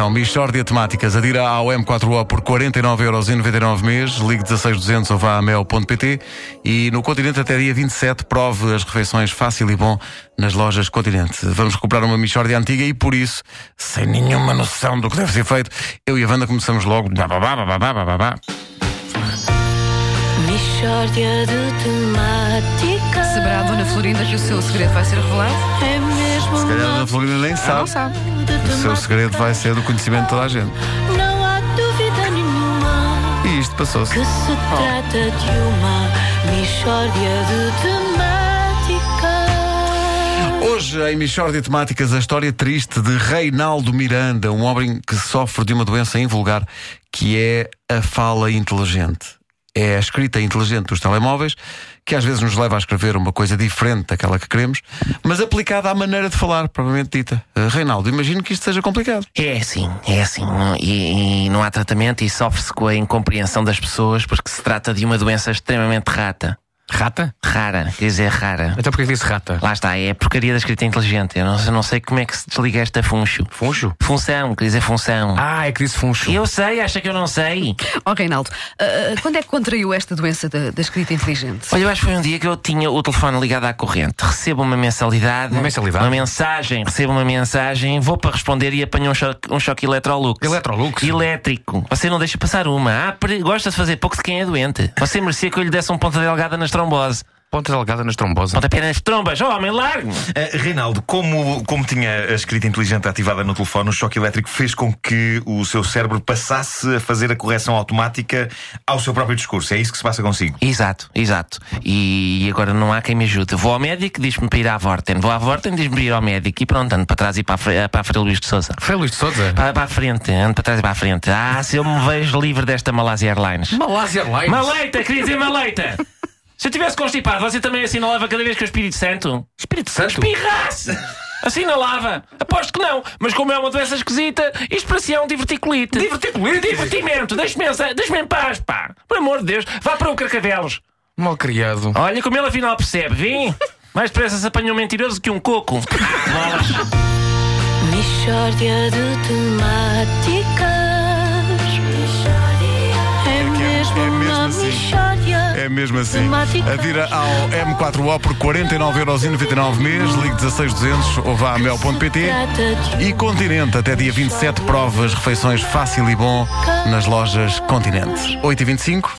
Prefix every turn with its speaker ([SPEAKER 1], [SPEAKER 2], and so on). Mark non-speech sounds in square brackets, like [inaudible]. [SPEAKER 1] Não, Michórdia Temáticas. Adira ao M4O por 49,99€ mês. Ligue 16200 ou vá a mel.pt. E no Continente até dia 27 prove as refeições fácil e bom nas lojas Continente. Vamos recuperar uma Michórdia antiga e por isso, sem nenhuma noção do que deve ser feito, eu e a Wanda começamos logo. Bá, bá, bá, bá, bá, bá, bá.
[SPEAKER 2] Mistória de temáticas.
[SPEAKER 3] Saberá a Dona Florinda que o seu segredo vai ser revelado?
[SPEAKER 2] É mesmo
[SPEAKER 1] Se calhar a Ana
[SPEAKER 2] uma
[SPEAKER 1] Florinda nem
[SPEAKER 3] Ah, não
[SPEAKER 1] sabe.
[SPEAKER 3] sabe.
[SPEAKER 1] O seu segredo vai ser do conhecimento de toda a gente.
[SPEAKER 2] Não há dúvida nenhuma
[SPEAKER 1] E isto passou-se.
[SPEAKER 2] que se trata de uma mistória de temáticas.
[SPEAKER 1] Hoje, em Michórdia de Temáticas, a história triste de Reinaldo Miranda, um homem que sofre de uma doença invulgar que é a fala inteligente. É a escrita inteligente dos telemóveis, que às vezes nos leva a escrever uma coisa diferente daquela que queremos, mas aplicada à maneira de falar, propriamente dita. Eh, Reinaldo, imagino que isto seja complicado.
[SPEAKER 4] É assim, é assim. E, e não há tratamento e sofre-se com a incompreensão das pessoas porque se trata de uma doença extremamente rata.
[SPEAKER 5] Rata?
[SPEAKER 4] Rara, quer dizer, rara.
[SPEAKER 5] Então porquê que disse rata?
[SPEAKER 4] Lá está, é a porcaria da escrita inteligente. Eu não, eu não sei como é que se desliga esta funcho.
[SPEAKER 5] Funcho?
[SPEAKER 4] Função, quer dizer, função.
[SPEAKER 5] Ah, é que disse funcho.
[SPEAKER 4] Eu sei, acha que eu não sei?
[SPEAKER 3] Ó, Reinaldo, ah, ah, quando é que contraiu esta doença da, da escrita inteligente?
[SPEAKER 4] Olha, eu acho que foi um dia que eu tinha o telefone ligado à corrente. Recebo uma mensalidade.
[SPEAKER 5] Uma mensalidade?
[SPEAKER 4] Uma mensagem, recebo uma mensagem, vou para responder e apanho um choque, um choque Electrolux.
[SPEAKER 5] Electrolux?
[SPEAKER 4] Elétrico. Você não deixa passar uma. Ah, pre- gosta de fazer pouco de quem é doente. Você merecia que eu lhe desse um ponta delgada nas trombose.
[SPEAKER 5] Ponta delgada nas trombosas.
[SPEAKER 4] Ponta pena nas trombas. Oh, homem, largo
[SPEAKER 6] Uh, Reinaldo, como, como tinha a escrita inteligente ativada no telefone, o choque elétrico fez com que o seu cérebro passasse a fazer a correção automática ao seu próprio discurso. É isso que se passa consigo.
[SPEAKER 4] Exato, exato. E agora não há quem me ajude. Vou ao médico, diz-me para ir à Vorten. Vou à Vorten, diz-me para ir ao médico. E pronto, ando para trás e para a, Fre- para a Frei Luís de Souza.
[SPEAKER 5] Foi Luís de Souza?
[SPEAKER 4] Para, para a frente, ando para trás e para a frente. Ah, se eu me vejo livre desta Malásia Airlines.
[SPEAKER 5] Malásia Airlines.
[SPEAKER 4] Maleita, queria
[SPEAKER 5] [laughs]
[SPEAKER 4] dizer maleita! Se eu tivesse constipado, você também assinalava cada vez que o Espírito Santo.
[SPEAKER 5] Espírito Santo?
[SPEAKER 4] Espirrasse! Assinalava! Aposto que não, mas como é uma doença esquisita, isto para si é um diverticulite.
[SPEAKER 5] Diverticulite?
[SPEAKER 4] Divertimento! Deixe-me ensa- deixe-me em paz, pá! Por amor de Deus, vá para o Carcavelos!
[SPEAKER 5] Mal criado.
[SPEAKER 4] Olha como ele afinal percebe, vim! Mais depressa se apanha um mentiroso que um
[SPEAKER 5] [laughs]
[SPEAKER 4] coco. Bolas.
[SPEAKER 2] Mistória de temáticas. É mesmo
[SPEAKER 1] é mesmo
[SPEAKER 2] uma
[SPEAKER 1] assim.
[SPEAKER 2] mistória.
[SPEAKER 1] É mesmo assim.
[SPEAKER 2] Temática.
[SPEAKER 1] Adira ao M4O por 49,99€ mês, ligue 16200 ou vá a mel.pt.
[SPEAKER 2] Trata de
[SPEAKER 1] E Continente, até dia 27, provas, refeições fácil e bom nas lojas Continente. 8h25.